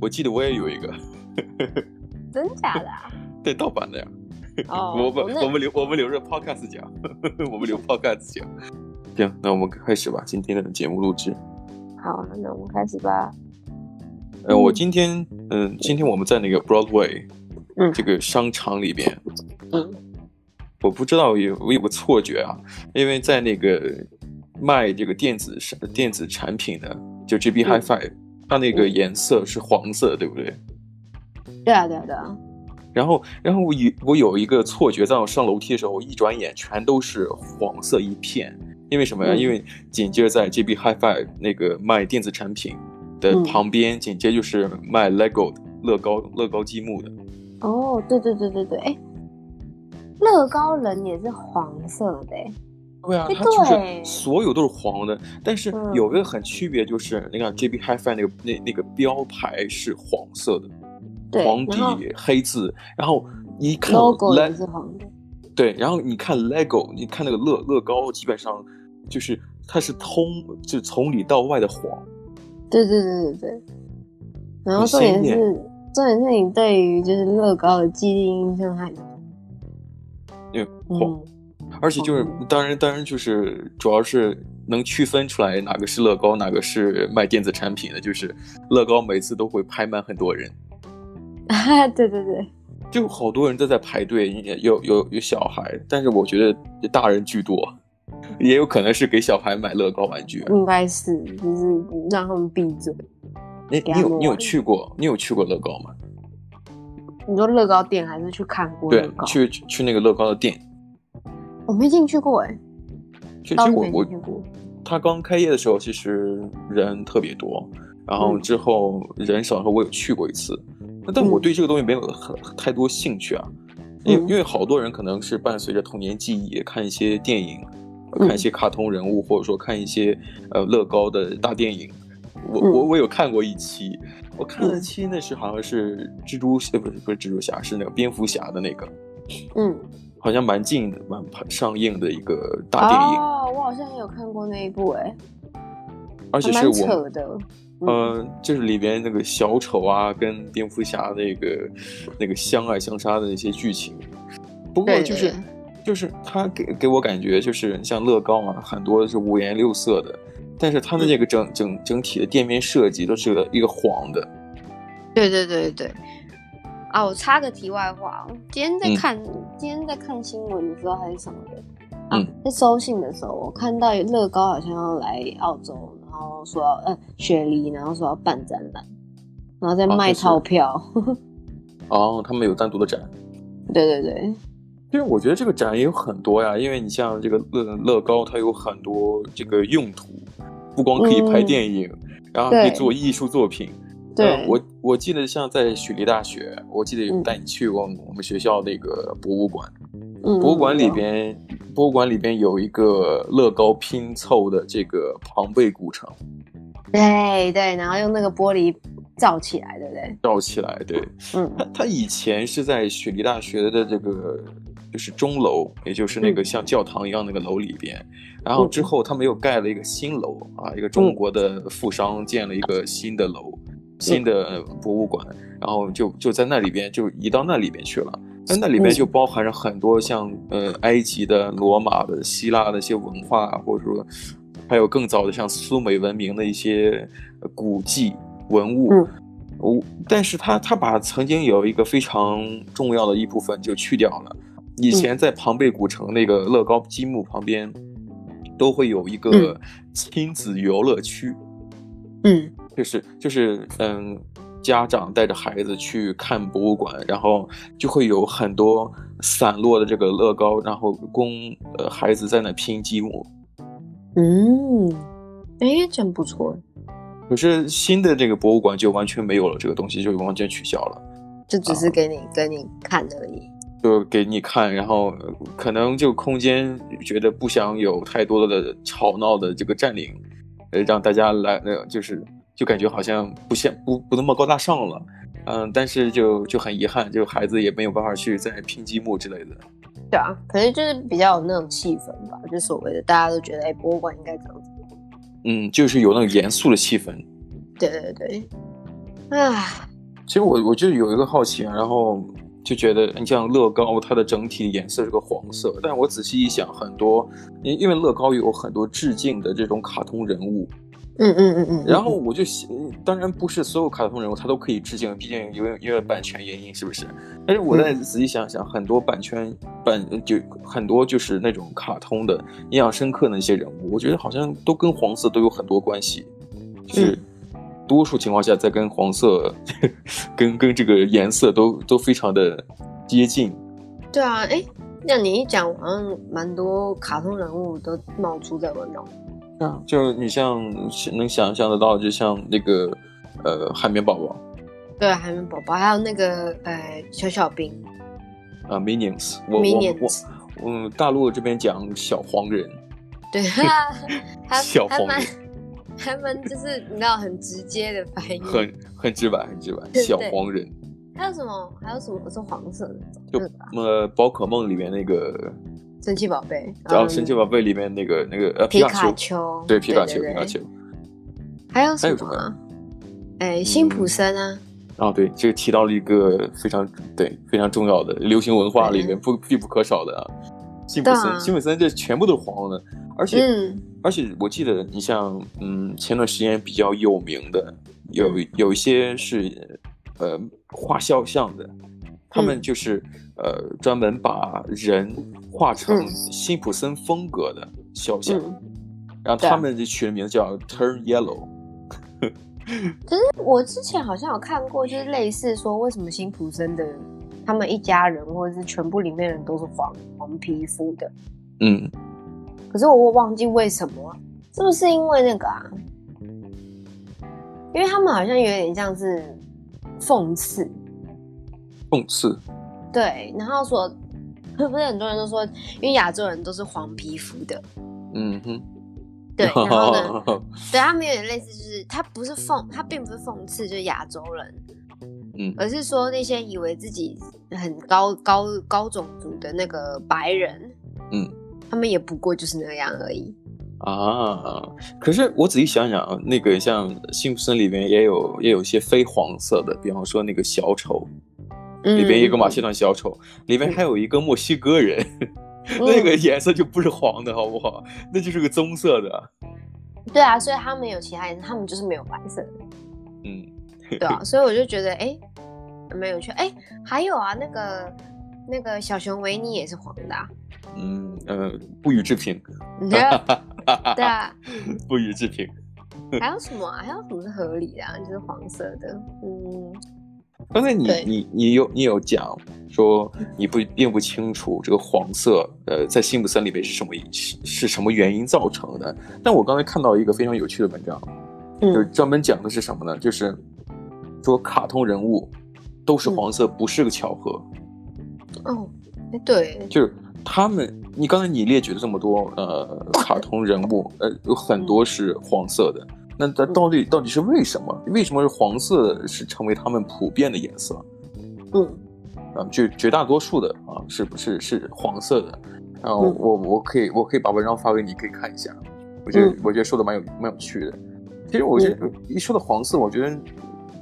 我记得我也有一个，真假的 啊？对，盗版的呀。哦，我们那我们留我们留着 podcast 讲， 我们留 podcast 讲。 行，那我们开始吧，今天的节目录制。好，那我们开始吧。呃，我嗯今天，嗯、今天我们在那个 Broadway，嗯这个商场里边，嗯我不知道有我有个错觉啊，因为在那个卖这个电子商电子产品的，就 GB 嗯 HiFi，、它那个颜色是黄色，对不对？对啊，对啊，对啊。然后，然后我有我有一个错觉，在我上楼梯的时候，我一转眼全都是黄色一片，因为什么呀？嗯因为紧接着在 JB HiFi 那个卖电子产品的嗯旁边，紧接着就是卖 LEGO 的乐高乐高积木的。哦，对对对对对，哎，乐高人也是黄色的，哎对啊，哎它就是对所有都是黄的，但是嗯有一个很区别，就是你看 JB HiFi 那个那那个标牌是黄色的，对，黄然后底黑字，然后一看 logo 也 LEGO 是黄的，对，然后你看 LEGO，你看那个乐乐高，基本上就是它是通，就从里到外的黄。对对对对对。然后很重点鲜是，重点是你对于就是乐高的既定印象还，因为嗯，而且就是哦，当然，当然就是主要是能区分出来哪个是乐高，哪个是卖电子产品的。就是乐高每次都会拍满很多人， 对对对，就好多人都在排队，也有有有小孩，但是我觉得大人居多，也有可能是给小孩买乐高玩具。应该是就是让他们闭嘴。你给你他有们你有玩去过你有去过乐高吗？你说乐高店还是去看过乐对啊高？，去去去那个乐高的店，我没进去过哎，其倒实是我没我进去过。他刚开业的时候，其实人特别多，然后嗯之后人少的时候，我有去过一次，但嗯我对这个东西没有很太多兴趣啊，因嗯因为好多人可能是伴随着童年记忆看一些电影，嗯看一些卡通人物，或者说看一些呃乐高的大电影。我嗯我我有看过一期，我看了嗯期那是好像是蜘蛛呃不是不是蜘蛛侠是那个蝙蝠侠的那个，嗯，好像蛮近的蛮上映的一个大电影，哦，我好像也有看过那一部哎，而且还是我蛮扯的。嗯，嗯，就是里边那个小丑啊，跟蝙蝠侠那个那个相爱相杀的那些剧情。不过对就对是对就是他给给我感觉就是像乐高啊，很多是五颜六色的，但是它的嗯这个整整整体的店面设计都是个一个黄的。对对对对。啊，我插个题外话哦，今天在嗯看、今天在看新闻，你知道还是什么的？啊，嗯在收信的时候，我看到乐高好像要来澳洲，然后说要呃雪梨，然后说要办展览，然后在哦卖就是套票。哦，他们有单独的展。对对嗯对，其实我觉得这个展也有很多呀，因为你像这个乐乐高，它有很多这个用途，不光可以拍嗯电影，然后还可以对做艺术作品，对呃，我我记得像在雪梨大学，我记得有带你去过我们学校那个博物馆，嗯博物馆里边，博物馆里边有一个乐高拼凑的这个庞贝古城对对，然后用那个玻璃罩起来，对不对？造起来，对，它嗯它以前是在雪梨大学的这个就是钟楼，也就是那个嗯像教堂一样那个楼里边，然后之后他们又盖了一个新楼啊，一个嗯中国的富商建了一个新的楼，嗯新的呃博物馆，然后就就在那里边就移到那里边去了。那那里边嗯就包含着很多像呃埃及的、罗马的、希腊的一些文化，或者说还有更早的像苏美文明的一些呃古迹文物。嗯我但是他他把曾经有一个非常重要的一部分就去掉了。以前在庞贝古城那个乐高积木旁边，都会有一个嗯亲子游乐区，嗯就是就是嗯，家长带着孩子去看博物馆，然后就会有很多散落的这个乐高，然后供呃孩子在那拼积木。嗯，哎，真不错，可是新的这个博物馆就完全没有了，这个东西就完全取消了。就只是给你、给你看而已。就给你看，然后呃可能就空间觉得不想有太多的吵闹的这个占领，呃，让大家来，呃，就是就感觉好像不像不不那么高大上了，嗯，但是就就很遗憾，就孩子也没有办法去再拼积木之类的。对啊，可是就是比较有那种气氛吧，就所谓的大家都觉得，哎，博物馆应该这样子。嗯，就是有那种严肃的气氛。对对对，啊，其实我我就有一个好奇啊，然后就觉得你像乐高，它的整体颜色是个黄色，但我仔细一想，很多因因为乐高有很多致敬的这种卡通人物，嗯嗯嗯嗯。然后我就想当然不是所有卡通人物它都可以致敬，毕竟因为因为版权原因，是不是？但是我再仔细想想，很多版权版就很多就是那种卡通的印象深刻的一些人物，我觉得好像都跟黄色都有很多关系，就是。多数情况下在跟黄色、 跟跟这个颜色都都非常的接近。对啊，哎，那你一讲，好像蛮多卡通人物都冒出在我脑。嗯，就你像能想象得到，就像那个呃海绵宝宝对啊，海绵宝宝，还有那个呃小小兵啊、m i n i o n s 我我 Minions，我嗯，大陆这边讲小黄人，对， 还小还黄蛮人还蛮就是你知道很直接的反应。很很直白，很直白，对小黄人还有什么？还有什么是黄色的？就那个啊呃宝可梦里面那个，神奇宝贝，然后嗯啊神奇宝贝里面那个那个呃皮皮卡卡丘，丘，对皮卡丘对皮卡。丘对，还有还什有什么嗯么啊？哎，辛普森啊，啊，对，这个提到了一个非常对非常重要的流行文化里面不必不可少的啊，辛普对森，啊辛普森这全部都是黄的，而且、嗯而且我记得你像嗯前段时间比较有名的有嗯有一些是呃画肖像的，他们嗯就是、呃专门把人画成嗯辛普森风格的肖像，嗯，然后对啊他们就取的名字叫 Turn Yellow。我之前好像有看过，就是类似说为什么辛普森的他们一家人或者是全部里面人都是黄黄皮肤的，嗯，可是我我忘记为什么了，啊是不是因为那个啊？因为他们好像有点像是讽刺，讽刺。对，然后说， 不是很多人都说，因为亚洲人都是黄皮肤的，嗯哼，对，然后呢，呢？对他们有点类似，就是他不是讽，他并不是讽刺，就是亚洲人，嗯而是说那些以为自己很高高高种族的那个白人，嗯，他们也不过就是那样而已。 啊，可是我仔细想想啊，那个像辛普森里面也有也有一些非黄色的，比方说那个小丑，嗯里边一个马戏团小丑，里面嗯还有一个墨西哥人，哦那个颜色就不是黄的好不好？那就是个棕色的。对啊，所以他们有其他颜色，他们就是没有白色 的，嗯，对啊，所以我就觉得哎，蛮有趣。哎，还有啊，那个那个小熊维尼也是黄的、啊，嗯呃，不予置评，对啊， 对啊，不予置评。还有什么啊？还有什么是合理的、啊？就是黄色的，嗯，刚才你对你你有你有讲说你不并不清楚这个黄色呃在辛普森里面是什么是是什么原因造成的，但我刚才看到一个非常有趣的文章，嗯就是专门讲的是什么呢？就是说卡通人物都嗯是黄色不是个巧合，哦，哎，对，就是他们你刚才你列举了这么多呃卡通人物呃有很多是黄色的，那它到底到底是为什么？为什么是黄色是成为他们普遍的颜色？嗯啊，就绝大多数的啊，是不是是黄色的？然后嗯我我可以我可以把文章发给你，可以看一下。我觉得、嗯我觉得说的蛮有蛮有趣的。其实我觉得、一说到黄色，我觉得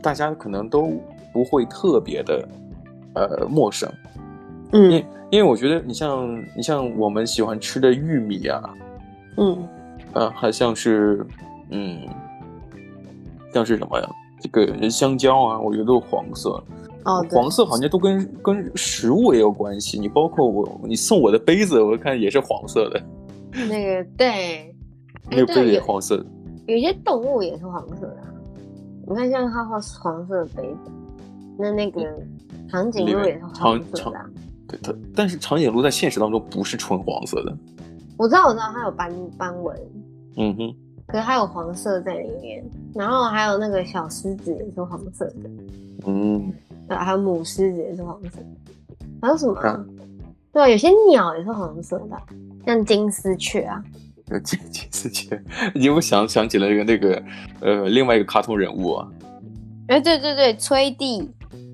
大家可能都不会特别的呃陌生，因嗯为因为我觉得你像你像我们喜欢吃的玉米啊，嗯，呃，还像是嗯，像是什么呀？这个香蕉啊，我觉得都是黄色。哦，对黄色好像都跟跟食物也有关系。你包括我，你送我的杯子，我看也是黄色哎的，那个对，哎那个对杯子也有黄色的。有些动物也是黄色的、啊，你看像浩浩是黄色的杯子，那那个长颈鹿也是黄色的啊、对它，但是长颈鹿在现实当中不是纯黄色的。我知道，我知道它有斑斑纹，嗯哼，可是它有黄色在里面，然后还有那个小狮子也是黄色的，嗯，对啊，还有母狮子也是黄色的，还有什么、啊啊？对啊，有些鸟也是黄色的啊，像金丝雀啊，呃金金丝雀， 你有没有想想起了一个那个呃另外一个卡通人物啊，哎、对对对，崔弟，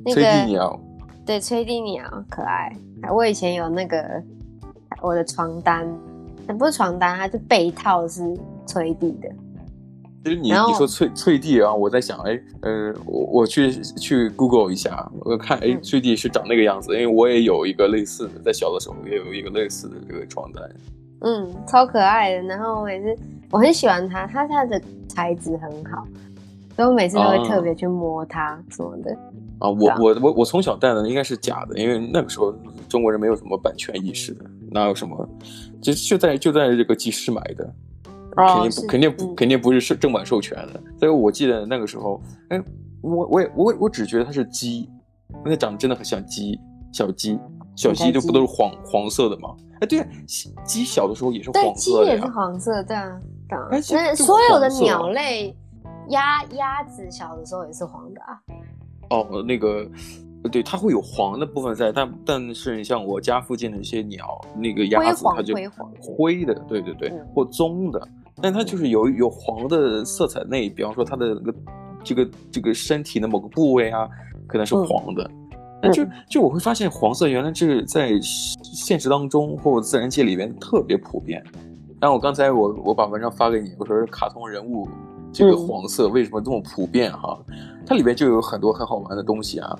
那崔个地鸟。对，崔地鸟可爱。啊我以前有那个我的床单，呃不是床单，它是被套是崔地的。其实你然后你说翠翠地啊，我在想，哎，呃，我我去去 Google 一下，我看，哎，嗯翠地是长那个样子，因为我也有一个类似的，在小的时候也有一个类似的这个床单，嗯，超可爱的。然后我也是，我很喜欢它，它它的材质很好，所以我每次都会啊特别去摸它什么的。啊，对我啊我我我从小戴的应该是假的，因为那个时候中国人没有什么版权意识的，哪有什么，就就在就在这个集市买的，肯定哦，不、是肯定不、嗯肯定不是授正版授权的。所以我记得那个时候，哎，我我也我我只觉得它是鸡，那长得真的很像鸡，小鸡，小小鸡就鸡不都是黄黄色的吗？哎，对啊，鸡鸡小的时候也是对，黄鸡色的也是呀。哎黄色，对啊，对啊而。且那就所有的黄色啊鸟类，鸭鸭子小的时候也是黄的啊。哦，那个，呃对，它会有黄的部分在，但但是你像我家附近的一些鸟，那个鸭子灰黄它就灰黄灰的，对对对嗯，或棕的，但它就是有有黄的色彩那，比方说它的那个这个这个身体的某个部位啊，可能是嗯黄的。那就就我会发现黄色原来是在现实当中或自然界里边特别普遍。然后我刚才我我把文章发给你，我说卡通人物这个嗯黄色为什么这么普遍哈、它里边就有很多很好玩的东西啊。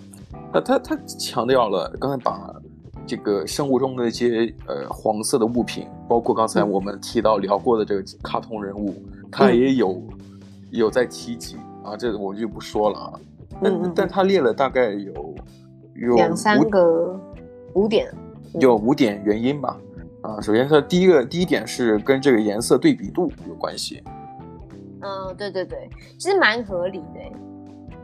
它它它强调了，刚才把这个生活中的一些呃黄色的物品，包括刚才嗯我们提到聊过的这个卡通人物，它嗯也有有在提及啊，这我就不说了啊。嗯嗯嗯但但它列了大概有有两三五个五点，有嗯五点原因吧。啊，首先它第一个第一点是跟这个颜色对比度有关系。嗯，对对对，其实蛮合理的欸。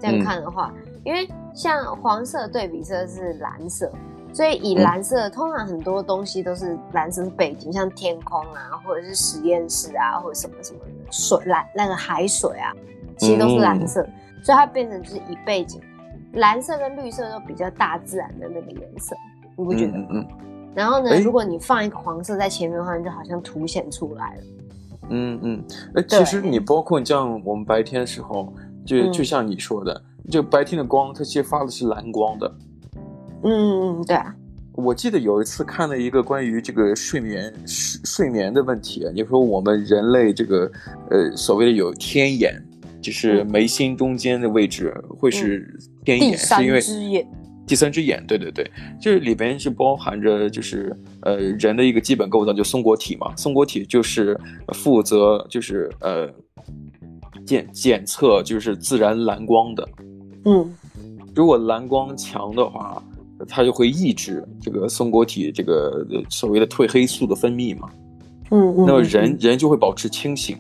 这嗯样看的话，因为像黄色对比色是蓝色，所以以嗯蓝色、通常很多东西都是蓝色是背景，像天空啊，或者是实验室啊，或者什么什么的水蓝那个海水啊，其实都是嗯蓝色，所以它变成就是以背景，蓝色跟绿色都比较大自然的那个颜色，你不觉得？嗯嗯然后呢，诶如果你放一个黄色在前面的话，你就好像凸显出来了。嗯嗯，哎，对其实你包括像我们白天的时候，就嗯就像你说的，就白天的光，它其实发的是蓝光的。嗯嗯，对啊，我记得有一次看了一个关于这个睡眠睡睡眠的问题，啊你说我们人类这个呃所谓的有天眼，就是嗯眉心中间的位置会是天第眼，三是因为只眼。第三只眼，对对对，就是里边是包含着就是呃人的一个基本构造，就松果体嘛。松果体就是负责就是呃检检测就是自然蓝光的。嗯如果蓝光强的话，它就会抑制这个松果体这个呃所谓的褪黑素的分泌嘛。嗯嗯。那么嗯人人就会保持清醒。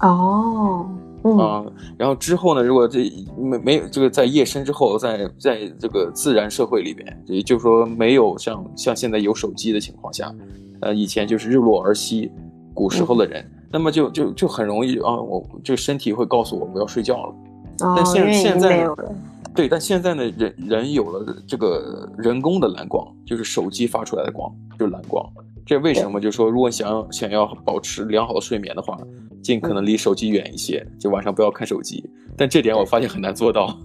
哦，嗯啊、然后之后呢，如果这没没有这个在夜深之后，在在这个自然社会里边，也就是说没有像像现在有手机的情况下，呃，以前就是日落而息，古时候的嗯人，那么就就就很容易啊，我这个身体会告诉我我要睡觉了。哦，但现因为已现经在没有了，对，但现在呢，人人有了这个人工的蓝光，就是手机发出来的光，就是蓝光。这为什么？就是说，如果想要想要保持良好的睡眠的话，尽可嗯能离手机远一些，就晚上不要看手机。但这点我发现很难做到。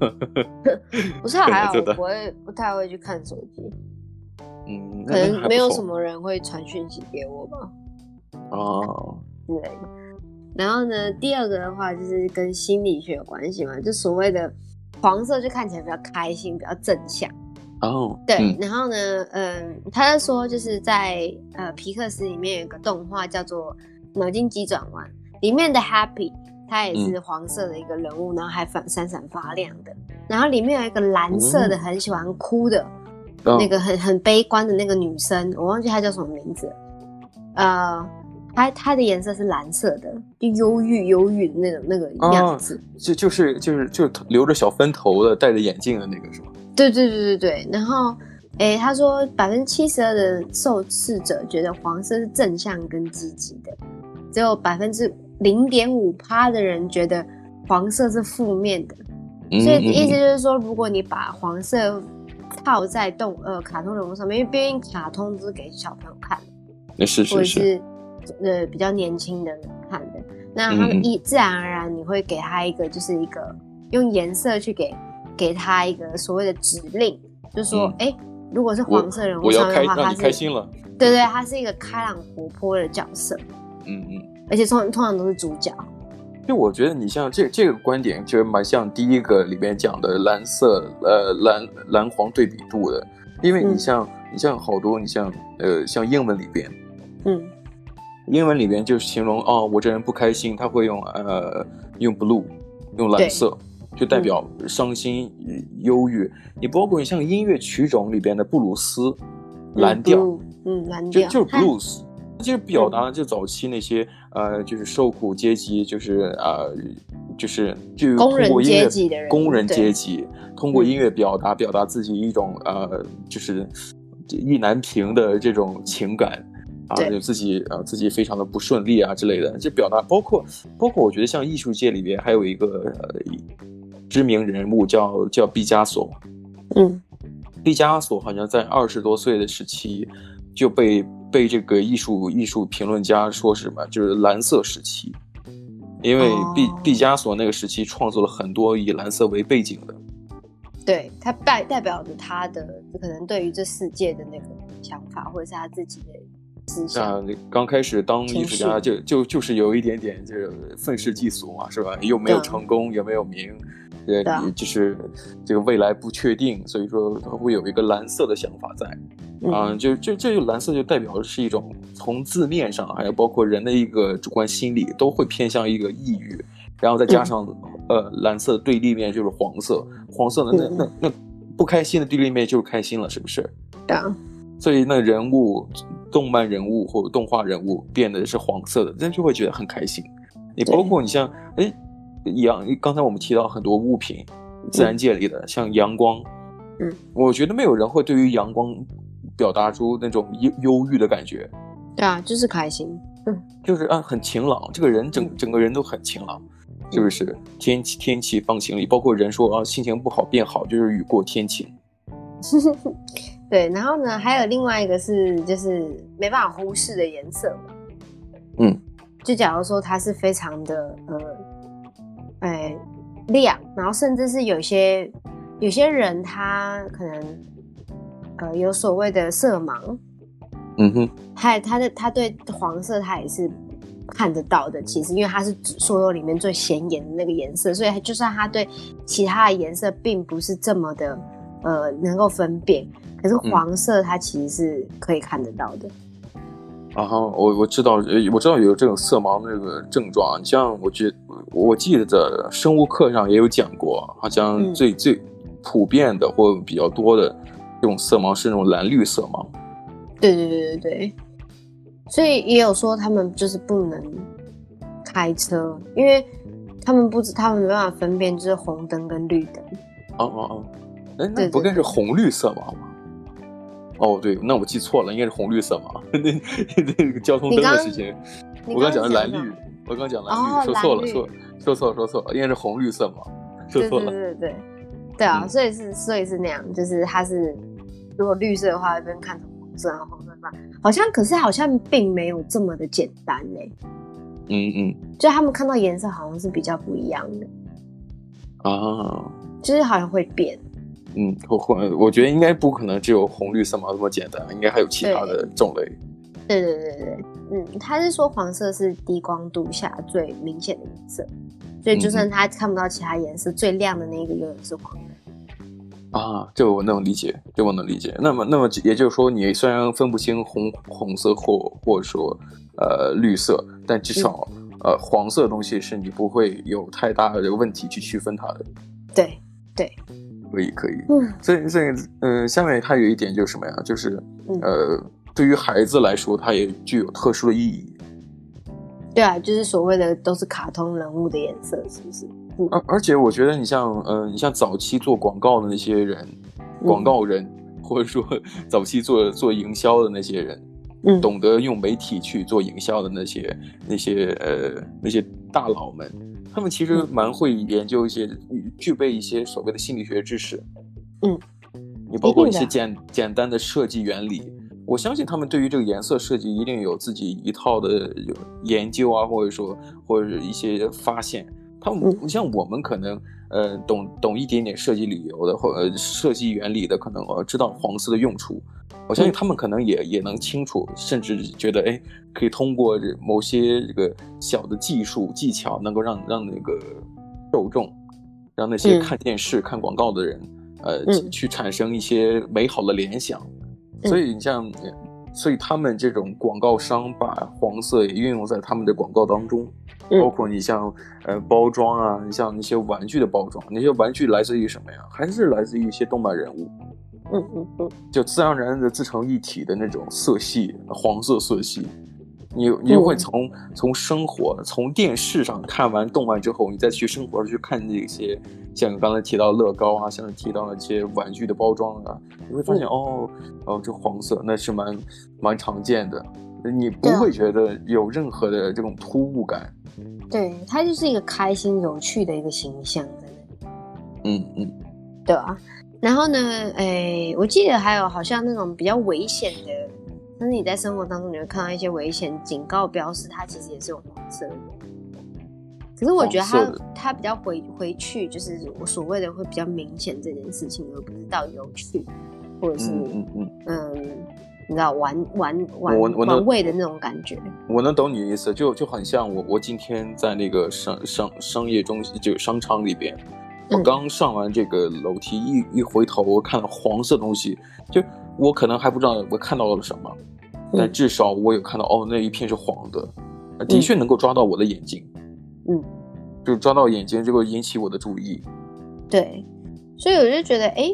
不是啊本来还 好，就我在不会不太会去看手机，嗯，可那那还能不没有错什么人会传讯息给我吧啊。之类的。然后呢，第二个的话就是跟心理学有关系嘛，就所谓的黄色就看起来比较开心，比较正向。哦，对，嗯然后呢，嗯，他就说就是在呃皮克斯里面有一个动画叫做《脑筋急转弯》，里面的 Happy 他也是黄色的一个人物，然后还反闪闪发亮的。然后里面有一个蓝色的，很喜欢哭的、哦那个很很悲观的那个女生，我忘记她叫什么名字了。呃，她她的颜色是蓝色的，就忧郁忧郁的那种那个样子。就就是就是就是留着小分头的，戴着眼镜的那个是吗？对对对对对，然后，诶，他说百分之七十二的受试者觉得黄色是正向跟积极的，只有百分之零点五趴的人觉得黄色是负面的。所以意嗯嗯思就是说，如果你把黄色套在动呃卡通人物上面，因为毕竟卡通都是给小朋友看的，嗯是或者是是，是呃比较年轻的人看的，那嗯他们嗯一自然而然你会给他一个就是一个用颜色去给给他一个所谓的指令，就说嗯哎、诶如果是黄色人物我要上开面的话，让他你是开心了。对对，他是一个开朗活泼的角色，嗯嗯而且通通常都是主角，就我觉得你像这这个观点，就是蛮像第一个里面讲的蓝色呃蓝蓝黄对比度的，因为你像、你像好多你像呃像英文里边，嗯英文里边就是形容哦我这人不开心，他会用呃用 blue 用蓝对嗯色。就代表伤心、忧郁。你包括你像音乐曲种里边的布鲁斯、蓝调，，嗯嗯，蓝就调嗯就是它 blues，就是表达了就早期那些呃，就是受苦阶级，就是呃，就是就工人通过音乐阶级的人工人对阶级通过嗯音乐表达表达自己一种呃，就是意难平的这种情感。啊，对就自己啊、呃自己非常的不顺利啊之类的，这表达包括包括我觉得像艺术界里边还有一个呃知名人物叫叫毕加索，嗯毕加索好像在二十多岁的时期就被被这个艺术艺术评论家说是什么，就是蓝色时期，因为哦毕、毕加索那个时期创作了很多以蓝色为背景的，对，它代代表着他的可能对于这世界的那个想法，或者是他自己的思想。那刚开始当艺术家情就绪就就是有一点点就是愤世嫉俗嘛，是吧？又没有对成功，也没有名，呃对啊，就是这个未来不确定，所以说他会有一个蓝色的想法在。啊，嗯，就这这就蓝色就代表的是一种从字面上，还有包括人的一个主观心理，都会偏向一个抑郁，然后再加上、呃蓝色的对立面就是黄色，黄色的那那那不开心的对立面就是开心了，是不是？对啊，所以那人物、动漫人物或者动画人物变得是黄色的，人就会觉得很开心。你对包括你像哎阳，刚才我们提到很多物品，自然界里的、像阳光，嗯，我觉得没有人会对于阳光表达出那种忧忧郁的感觉，对啊，就是开心。就是啊很晴朗，这个人整嗯整个人都很晴朗。是不是天气天气放晴里，包括人说啊心情不好变好，就是雨过天晴。对，然后呢，还有另外一个是就是没办法忽视的颜色嘛。嗯，就假如说它是非常的呃，哎、亮，然后甚至是有些有些人他可能呃有所谓的色盲，嗯哼，他他的他对黄色他也是看得到的，其实因为它是所有里面最显眼的那个颜色，所以就算他对其他的颜色并不是这么的呃能够分辨，可是嗯黄色它其实是可以看得到的。然后啊我我知道，呃我知道有这种色盲这个症状。啊你像我觉，我记得生物课上也有讲过，啊好像嗯最、最普遍的或比较多的这种色盲是那种蓝绿色盲。对对对对对，所以也有说他们就是不能开车，因为他们不知他们没办法分辨就是红灯跟绿灯。哦哦哦，哎，对那对不该是对红绿色盲吗？哦，对，那我记错了，应该是红绿色盲。 那那个交通灯你刚的事情，你我刚讲刚的刚蓝讲绿到，我刚讲哦蓝绿，说错蓝了，绿说说错了，说错了，应该是红绿色盲，说对错对了。对对对，对啊，嗯所以是所以是那样，就是它是如果绿色的话，一边看成红色，然后啊红色嘛，好像可是好像并没有这么的简单嘞、嗯嗯就他们看到颜色好像是比较不一样的，啊。就是好像会变。嗯，我会，我觉得应该不可能只有红绿色盲这么简单，应该还有其他的种类。对对对对，嗯，他是说黄色是低光度下最明显的颜色，所以就算他看不到其他颜色，最亮的那个永远是黄的。啊，这我能理解，这我能理解。那么，那么也就是说，你虽然分不清红红色或或者说呃绿色，但至少、呃黄色的东西是你不会有太大的问题去区分它的。对，可以，可以。嗯所以，所以，嗯、下面还有一点就是什么呀？就是嗯，呃，对于孩子来说，它也具有特殊的意义。对啊，就是所谓的都是卡通人物的颜色，是不是？而而且我觉得你像，嗯、你像早期做广告的那些人，广告人，或者说早期做做营销的那些人，嗯，懂得用媒体去做营销的那些那些呃那些大佬们，他们其实嗯蛮会研究一些，具备一些所谓的心理学知识。嗯，你包括一一定些的简简单的设计原理。我相信他们对于这个颜色设计一定有自己一套的研究啊，或者说或者是一些发现。他们嗯你像我们可能呃呃懂懂一点点设计理由的或者设计原理的，可能呃知道黄色的用处，我嗯相信他们可能也也能清楚，甚至觉得哎，可以通过这某些这个小的技术技巧，能够让让那个受众，让那些嗯看电视、看广告的人，呃，嗯去产生一些美好的联想。所以你像，呃所以他们这种广告商把黄色也运用在他们的广告当中，嗯包括你像呃包装啊，你像那些玩具的包装，那些玩具来自于什么呀？还是来自于一些动漫人物，嗯嗯嗯，就自然而然的自成一体的那种色系，黄色色系。你你就会嗯从、从生活从电视上看完动漫之后，你再去生活上去看那些，像刚才提到乐高啊，像提到一些玩具的包装啊，你会发现、哦哦，这黄色那是蛮蛮常见的，你不对啊会觉得有任何的这种突兀感。对，它就是一个开心有趣的一个形象在那里，嗯嗯对啊。然后呢，哎，我记得还有好像那种比较危险的，但是你在生活当中你会看到一些危险警告标识，它其实也是有黄色的。可是我觉得黄它色的它比较回回去，就是我所谓的会比较明显这件事情，而不是到有趣，或者是嗯嗯嗯。嗯，你知道玩玩玩我我能玩味的那种感觉。我能懂你的意思，就就很像我，我今天在那个商商商业中心，就商场里边，我嗯刚上完这个楼梯，一一回头，我看到黄色东西，就我可能还不知道我看到了什么，但嗯至少我有看到，哦，那一片是黄的，呃的嗯确能够抓到我的眼睛，嗯，就抓到眼睛，这个引起我的注意，对，所以我就觉得，哎、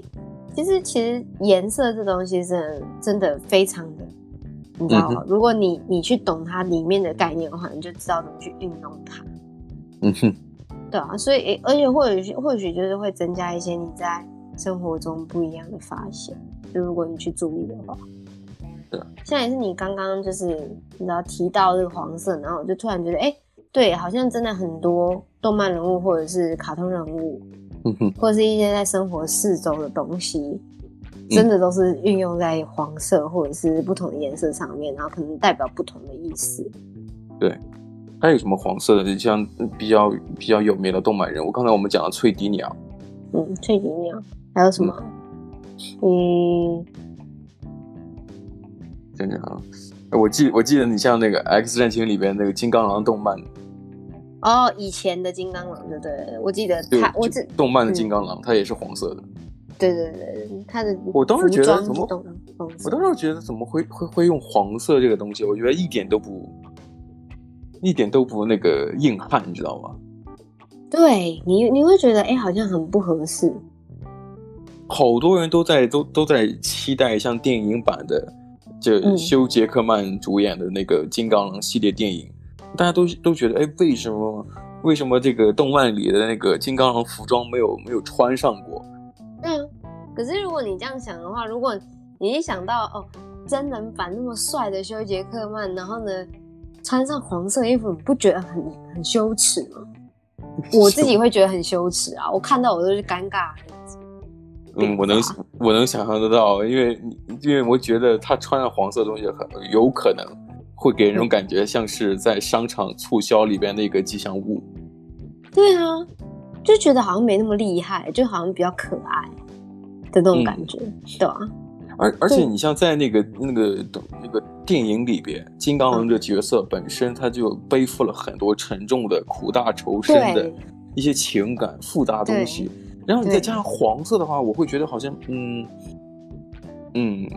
其实其实颜色这东西真的真的非常的，你知道嗯吗？如果你你去懂它里面的概念的话，你就知道怎么去运用它，嗯哼，对啊。所以，诶而且或许或许就是会增加一些你在生活中不一样的发现，就如果你去注意的话。对，啊像也是你刚刚就是你知道提到这个黄色，然后我就突然觉得，哎、对，好像真的很多动漫人物或者是卡通人物，嗯哼，或是一些在生活四周的东西，嗯真的都是运用在黄色或者是不同的颜色上面，然后可能代表不同的意思。还有什么黄色的，像比较比较有名的动漫人物，刚才我们讲了翠迪鸟，嗯，翠菊鸟还有什么？嗯，真的啊，我记我记得你像那个《X 战警》里边那个金刚狼动漫，哦，以前的金刚狼，对不对？我记得嗯就他，我就只动漫的金刚狼，它也是黄色的。对对对对，他的我当时觉得怎服装么是动黄色我当时觉得怎么会会会用黄色这个东西，我觉得一点都不，一点都不那个硬汉，你知道吗？对你你会觉得哎、诶好像很不合适。好多人都在都都在期待像电影版的，就嗯休杰克曼主演的那个金刚狼系列电影，大家都都觉得哎，为什么为什么这个动漫里的那个金刚狼服装没有没有穿上过？对啊，可是如果你这样想的话，如果你一想到哦，真人版那么帅的修杰克曼，然后呢，穿上黄色衣服，你不觉得很很羞耻吗？我自己会觉得很羞耻啊，我看到我都是尴尬。嗯，我能吧我能想象得到，因为因为我觉得他穿上黄色的东西很有可能会给人种感觉像是在商场促销里边的一个吉祥物。对啊，就觉得好像没那么厉害，就好像比较可爱的那种感觉，对啊，而而且对你像在那个那个那个电影里边，金嗯刚狼这个角色本身他就背负了很多沉重的苦大仇深的对一些情感复杂的东西，然后你再对加上黄色的话，我会觉得好像嗯嗯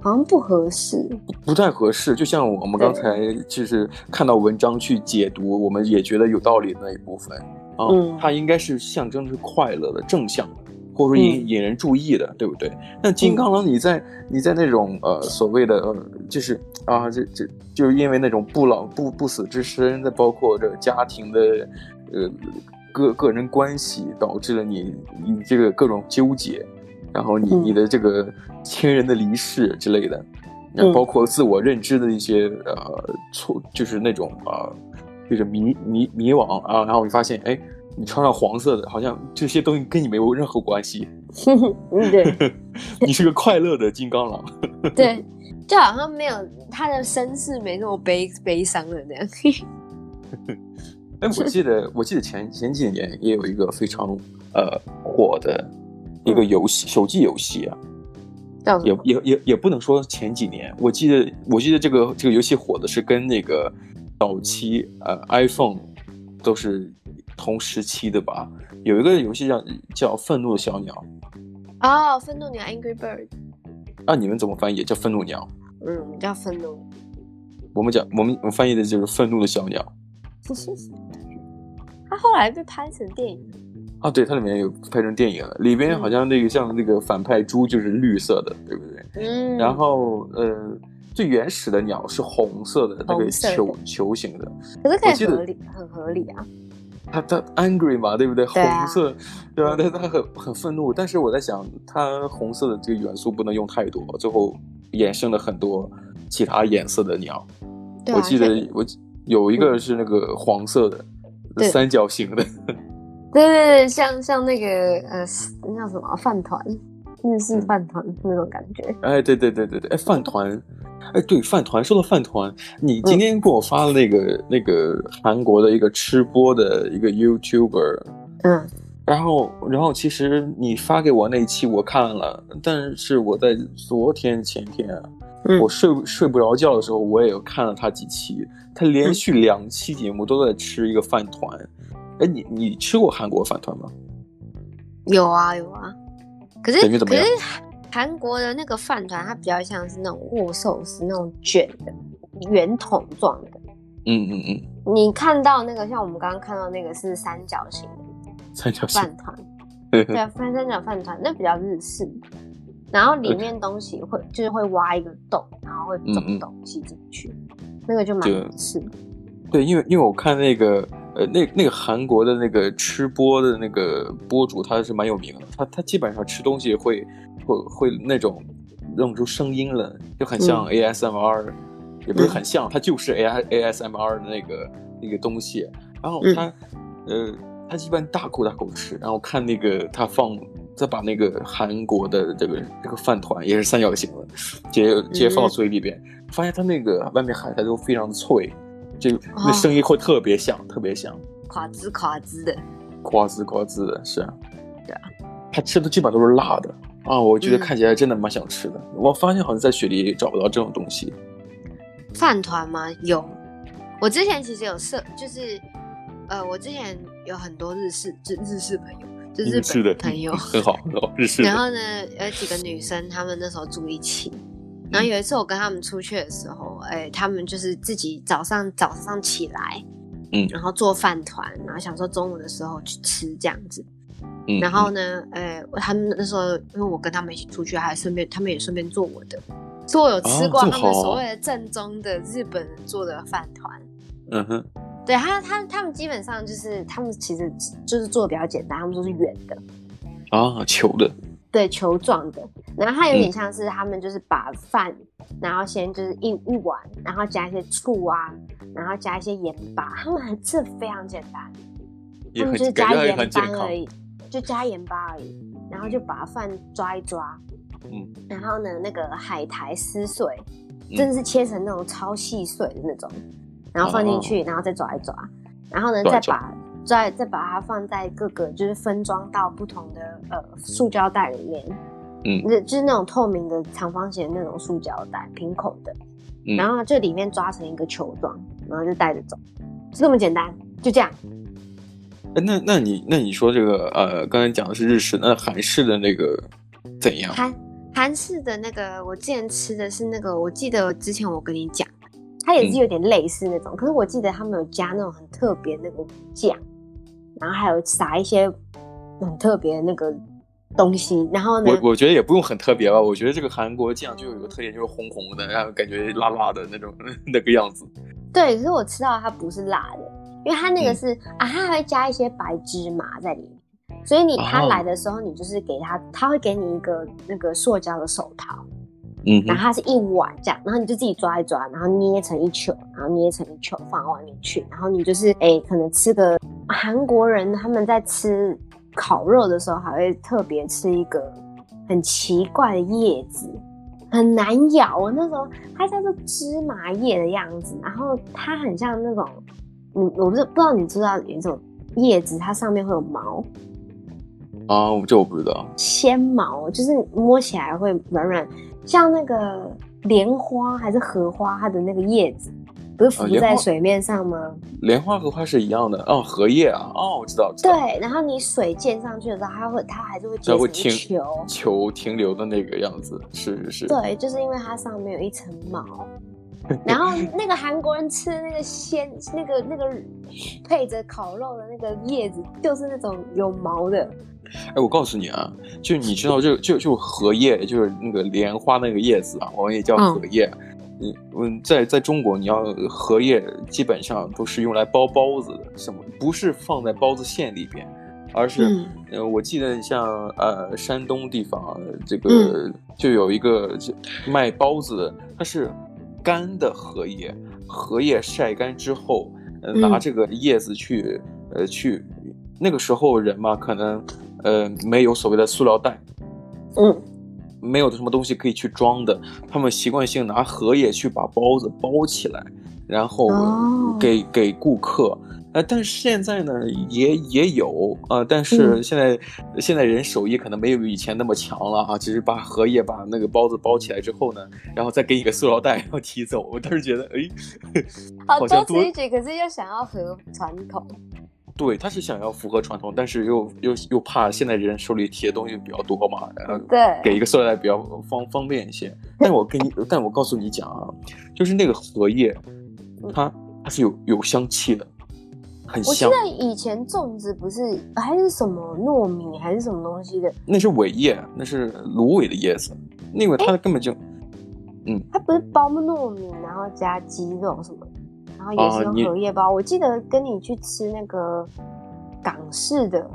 好像不合适。不太合适。就像我们对刚才就是看到文章去解读，我们也觉得有道理的那一部分啊，嗯它应该是象征是快乐的、正向的，或者说引、嗯引人注意的，对不对？那金刚狼，你在、你在那种呃所谓的呃，就是啊，这这就是因为那种不老不不死之身，再包括这个家庭的呃个个人关系，导致了你你这个各种纠结，然后你嗯你的这个亲人的离世之类的，那嗯包括自我认知的一些呃错，就是那种呃就是迷迷迷惘啊，然后你发现哎，你穿上黄色的，好像这些东西跟你没有任何关系，嗯，对你是个快乐的金刚狼。对，就好像没有他的身世没那么悲悲伤了 那样。哎，我记得我记得前前几年也有一个非常呃火的一个游戏，手机游戏啊，叫什也么？也也也不能说前几年，我记得我记得这个这个游戏火的是跟那个早期呃 iPhone 都是同时期的吧？有一个游戏叫叫《愤怒的小鸟哦，愤怒鸟 Angry Bird，》，那、你们怎么翻译？也叫愤怒鸟，嗯，叫愤怒鸟。我们讲我们我们翻译的就是愤怒的小鸟它后来被拍成电影，啊。对，它里面有拍成电影了，里嗯边好像那个像那个反派猪就是绿色的，对不对？嗯，然后呃，最原始的鸟是红色的那个红色的球球形的，可是我看记起得来合理，很合理啊。他他 angry 嘛，对不对？对啊红色，对吧？但他很很愤怒，但是我在想，他红色的这个元素不能用太多，最后衍生了很多其他颜色的鸟。对啊，我记得这我记有一个是那个黄色的，对三角形的， 对对对，像像那个呃，那叫什么饭团，日式饭团那种感觉。哎，对对对对对，哎，饭团，哎，对，饭团，说到饭团，你嗯今天给我发的那个、那个韩国的一个吃播的一个 YouTuber，嗯，然后，然后其实你发给我那一期我看了，但是我在昨天前天啊，嗯我睡睡不着觉的时候，我也有看了他几期，他嗯连续两期节目都在吃一个饭团。哎，你你吃过韩国饭团吗？有啊有啊。可是感觉怎么可样是韩国的那个饭团，它比较像是那种握寿司那种卷的圆筒状的。嗯嗯嗯，你看到那个，像我们刚刚看到那个是三角形的三角形。饭团，对啊，翻三角饭团那比较日式，然后里面东西会就是会挖一个洞，然后会嗯嗯种东西进去，那个就蛮对日式的。对，因为因为我看那个呃那那个韩国的那个吃播的那个博主，他是蛮有名的，他他基本上吃东西会会会那种弄出声音了，就很像嗯 ASMR，、也不是很像，他就是 A I ASMR 的那个那个东西。然后嗯他、呃他一般大口大口吃，然后看那个他放。再把那个韩国的这个这个饭团也是三角形的，直接直接放到嗯嘴里边，发现它那个外面海苔都非常脆，就那哦声音会特别响，特别响，垮滋垮滋的，呱滋呱滋的，是啊对啊。他吃的基本上都是辣的啊，我觉得嗯看起来真的蛮想吃的。我发现好像在雪梨找不到这种东西。饭团吗？有，我之前其实有设，就是呃，我之前有很多日式，就日式嗯朋友，就日是的本朋友， 很好，很好，日式然的。后呢，有几个女生，她们那时候住一起。嗯然后有一次我跟她们出去的时候，哎，她们就是自己早上早上起来，嗯然后做饭团，然后想说中午的时候去吃这样子。嗯然后呢，呃，他们那时候因为我跟他们一起出去，还顺便他们也顺便做我的，所以我有吃过哦这么他们好所谓的正宗的日本人做的饭团。嗯哼，对他，他他们基本上就是他们其实就是做的比较简单，他们都是圆的，啊，球的，对球状的，然后它有点嗯像是他们就是把饭，然后先就是一一碗，然后加一些醋啊，然后加一些盐巴，他们很这非常简单，也他很们嗯就是感加觉也盐很健巴康而。已，就加盐巴而已，然后就把饭抓一抓，嗯，然后呢那个海苔撕碎，嗯真的是切成那种超细碎的那种，然后放进去，然后再抓一抓，然后呢哦抓再一抓把再再把它放在各个就是分装到不同的呃塑胶袋里面，嗯那就是那种透明的长方形的那种塑胶袋，平口的，嗯然后这里面抓成一个球状，然后就带着走，就这么简单，就这样。哎那那你那你说这个呃，刚才讲的是日式，那韩式的那个怎样？韩韩式的那个，我之前吃的是那个，我记得之前我跟你讲，它嗯也是有点类似那种，可是我记得他们有加那种很特别那个酱，然后还有撒一些很特别的那个东西，然后呢我，我觉得也不用很特别吧，我觉得这个韩国酱就有个特点，就是红红的，然后感觉辣辣的那种 那个样子。对，可是我吃到它不是辣的，因为它那个嗯是、啊，它还会加一些白芝麻在里面。所以你它哦来的时候，你就是给它，它会给你一个那个塑胶的手套，嗯然后它是一碗这样，然后你就自己抓一抓，然后捏成一球，然后捏成一球放到外面去，然后你就是哎、可能吃个韩国人他们在吃烤肉的时候，还会特别吃一个很奇怪的叶子，很难咬。我那时候它叫做芝麻叶的样子，然后它很像那种，嗯，我不是不知道你知不知道有一种叶子，它上面会有毛，啊，我这我不知道。纤毛，就是摸起来会软软，像那个莲花还是荷花，它的那个叶子不是浮啊莲在花水面上吗？莲花荷花是一样的哦，荷叶啊，哦，我知道，我知道，对，然后你水溅上去的时候，它会它还是会结它会成一停球。球停留的那个样子，是是是，对，就是因为它上面有一层 毛。然后那个韩国人吃那个鲜那个那个配着烤肉的那个叶子，就是那种有毛的。哎，我告诉你啊，就你知道就，就就荷叶，就是那个莲花那个叶子啊，我们也叫嗯荷叶。嗯嗯，在在中国，你要荷叶基本上都是用来包包子的，什么不是放在包子馅里边，而是、嗯呃，我记得像呃山东地方这个、嗯就有一个就卖包子的，它是干的荷叶，荷叶晒干之后，呃、嗯拿这个叶子去、呃去，那个时候人嘛，可能呃没有所谓的塑料袋，嗯，没有什么东西可以去装的，他们习惯性拿荷叶去把包子包起来，然后哦给、给顾客。呃，但是现在呢，也也有呃，但是嗯现在、现在人手艺可能没有以前那么强了啊，只是把荷叶把那个包子包起来之后呢，然后再给你个塑料袋，然后提走。我当时觉得，哎，好好多像此多一举，可是又想要和传统。对，他是想要符合传统，但是又又又怕现在人手里提的东西比较多嘛，然后给对，一个塑料袋比较方方便一些。但我跟你，但我告诉你讲啊，就是那个荷叶，它它是有有香气的，很我记香。得以前粽子不是还是什么糯米还是什么东西的，那是苇叶，那是芦苇的叶子，那个哎它根本就它不是包糯米，然后加鸡肉什么的，然后也哦是用你荷叶包。我记得跟你去吃那个港式的，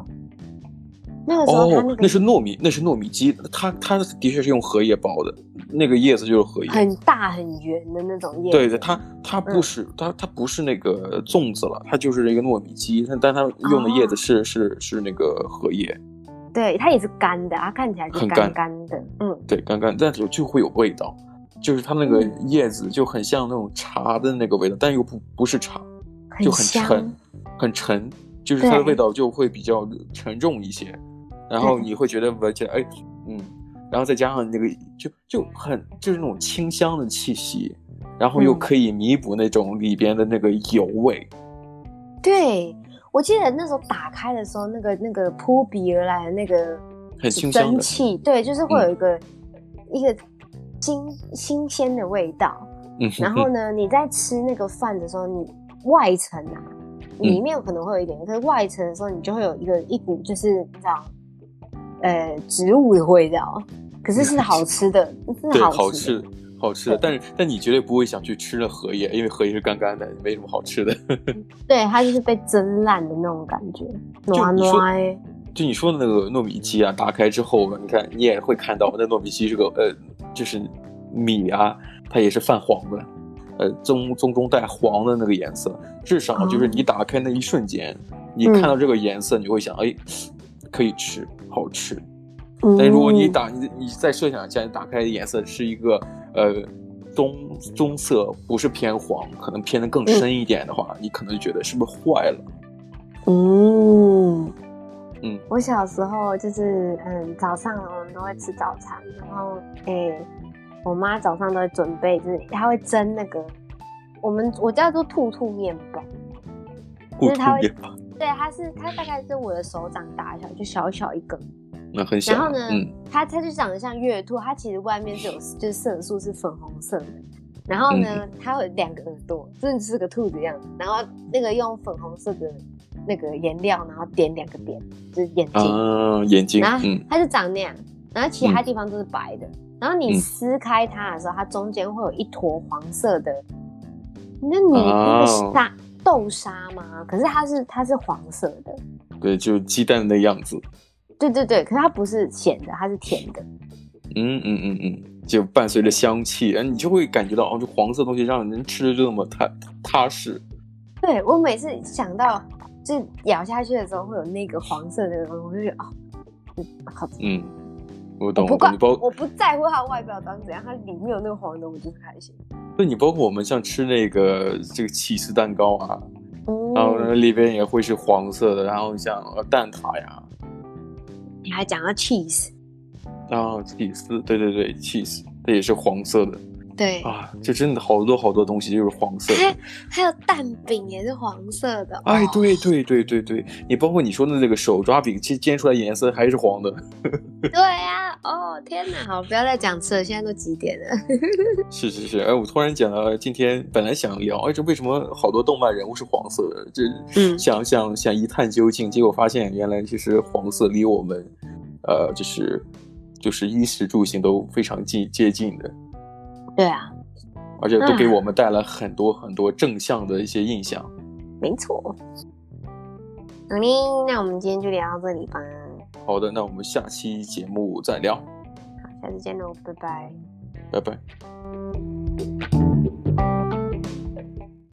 那个时候它哦那，那个是糯米，那是糯米鸡，它它的确是用荷叶包的，那个叶子就是荷叶。很大很圆的那种叶子，对对，它它不哎嗯是、它它不是那个粽子了，它就是一个糯米鸡，但但它用的叶子哦是、是是那个荷叶，对它也是干的，它看起来就很干干干的，嗯，对，干干，但是就会有味道，就是它那个嗯叶子就很像那种茶的那个味道，但又不不是茶，就很香，沉，很沉，就是它的对味道就会比较沉重一些，然后对你会觉得闻起来，哎，嗯，然后再加上那个就就很就是那种清香的气息，然后又嗯可以弥补那种里边的那个油味，对。我记得那时候打开的时候，那个那个扑鼻而来的那个很清香蒸的，嗯汽，对，就是会有一个、一个新新鲜的味道。嗯， 然后呢，你在吃那个饭的时候，你外层啊，嗯里面可能会有一点，可是外层的时候，你就会有一个一股就是你知道，呃，植物的味道，可是是好吃的，对是，好吃的。吃。好吃的，但是但你绝对不会想去吃了荷叶，因为荷叶是干干的，没什么好吃的。对，它就是被蒸烂的那种感觉，暖你说暖欸。就你说的那个糯米鸡啊，嗯打开之后，你看你也会看到那糯米鸡是个呃，就是米啊，它也是泛黄的，呃，棕棕中带黄的那个颜色。至少就是哦你打开那一瞬间，你嗯看到这个颜色，你会想，哎，可以吃，好吃。嗯但是如果你打你你再设想一下，你打开的颜色是一个呃棕棕色，不是偏黄，可能偏的更深一点的话，你可能就觉得是不是坏了？嗯，嗯我小时候就是嗯，早上我们都会吃早餐，然后诶、我妈早上都会准备，就是她会蒸那个我们我叫做兔兔面包，固是它定会也吧，对，它是它大概是我的手掌大小，就小小一根。那很小。然后呢，嗯它它就长得像月兔，它其实外面是有 就是色素是粉红色的。然后呢，嗯它有两个耳朵，真的是个兔子样子。然后那个用粉红色的那个颜料，然后点两个点，就是眼睛。啊，眼睛，然后嗯，它就长那样，然后其他地方都是白的。然后你嗯撕开它的时候，它中间会有一坨黄色的，那你那个哦沙、豆沙吗？可是它是它是黄色的，对，就是鸡蛋的样子，对对对，可是它不是咸的，它是甜的。嗯嗯嗯嗯，就伴随着香气，然后你就会感觉到，哦，这黄色东西让人吃着就那么踏踏实，对我每次想到就是咬下去的时候会有那个黄色的东西，我就觉得哦，嗯好吃。嗯，我懂，不我懂管你包，我不在乎它的外表长怎样，它里面有那个黄的，我就是开心。那你包括我们像吃那个这个起司蛋糕啊，然后嗯，里边也会是黄色的，然后像呃蛋挞呀，你还讲到 cheese，啊，起司，对对对，cheese，它也是黄色的对，啊，这真的好多好多东西就是黄色的。还还有蛋饼也是黄色的，哎哦，对对对对对，你包括你说的那个手抓饼，其实煎出来颜色还是黄的。对呀、哦天哪，好，不要再讲吃了，现在都几点了？ 是是是，哎，我突然讲到今天本来想聊，哎，这为什么好多动漫人物是黄色的？这嗯想想想一探究竟，结果发现原来其实黄色离我们，呃，就是就是衣食住行都非常近接近的，对啊，而且都给嗯我们带来很多很多正向的一些印象。没错。好嘞，那我们今天就聊到这里吧，好的，那我们下期节目再聊，好，下次见喽，拜拜。拜拜。嗯。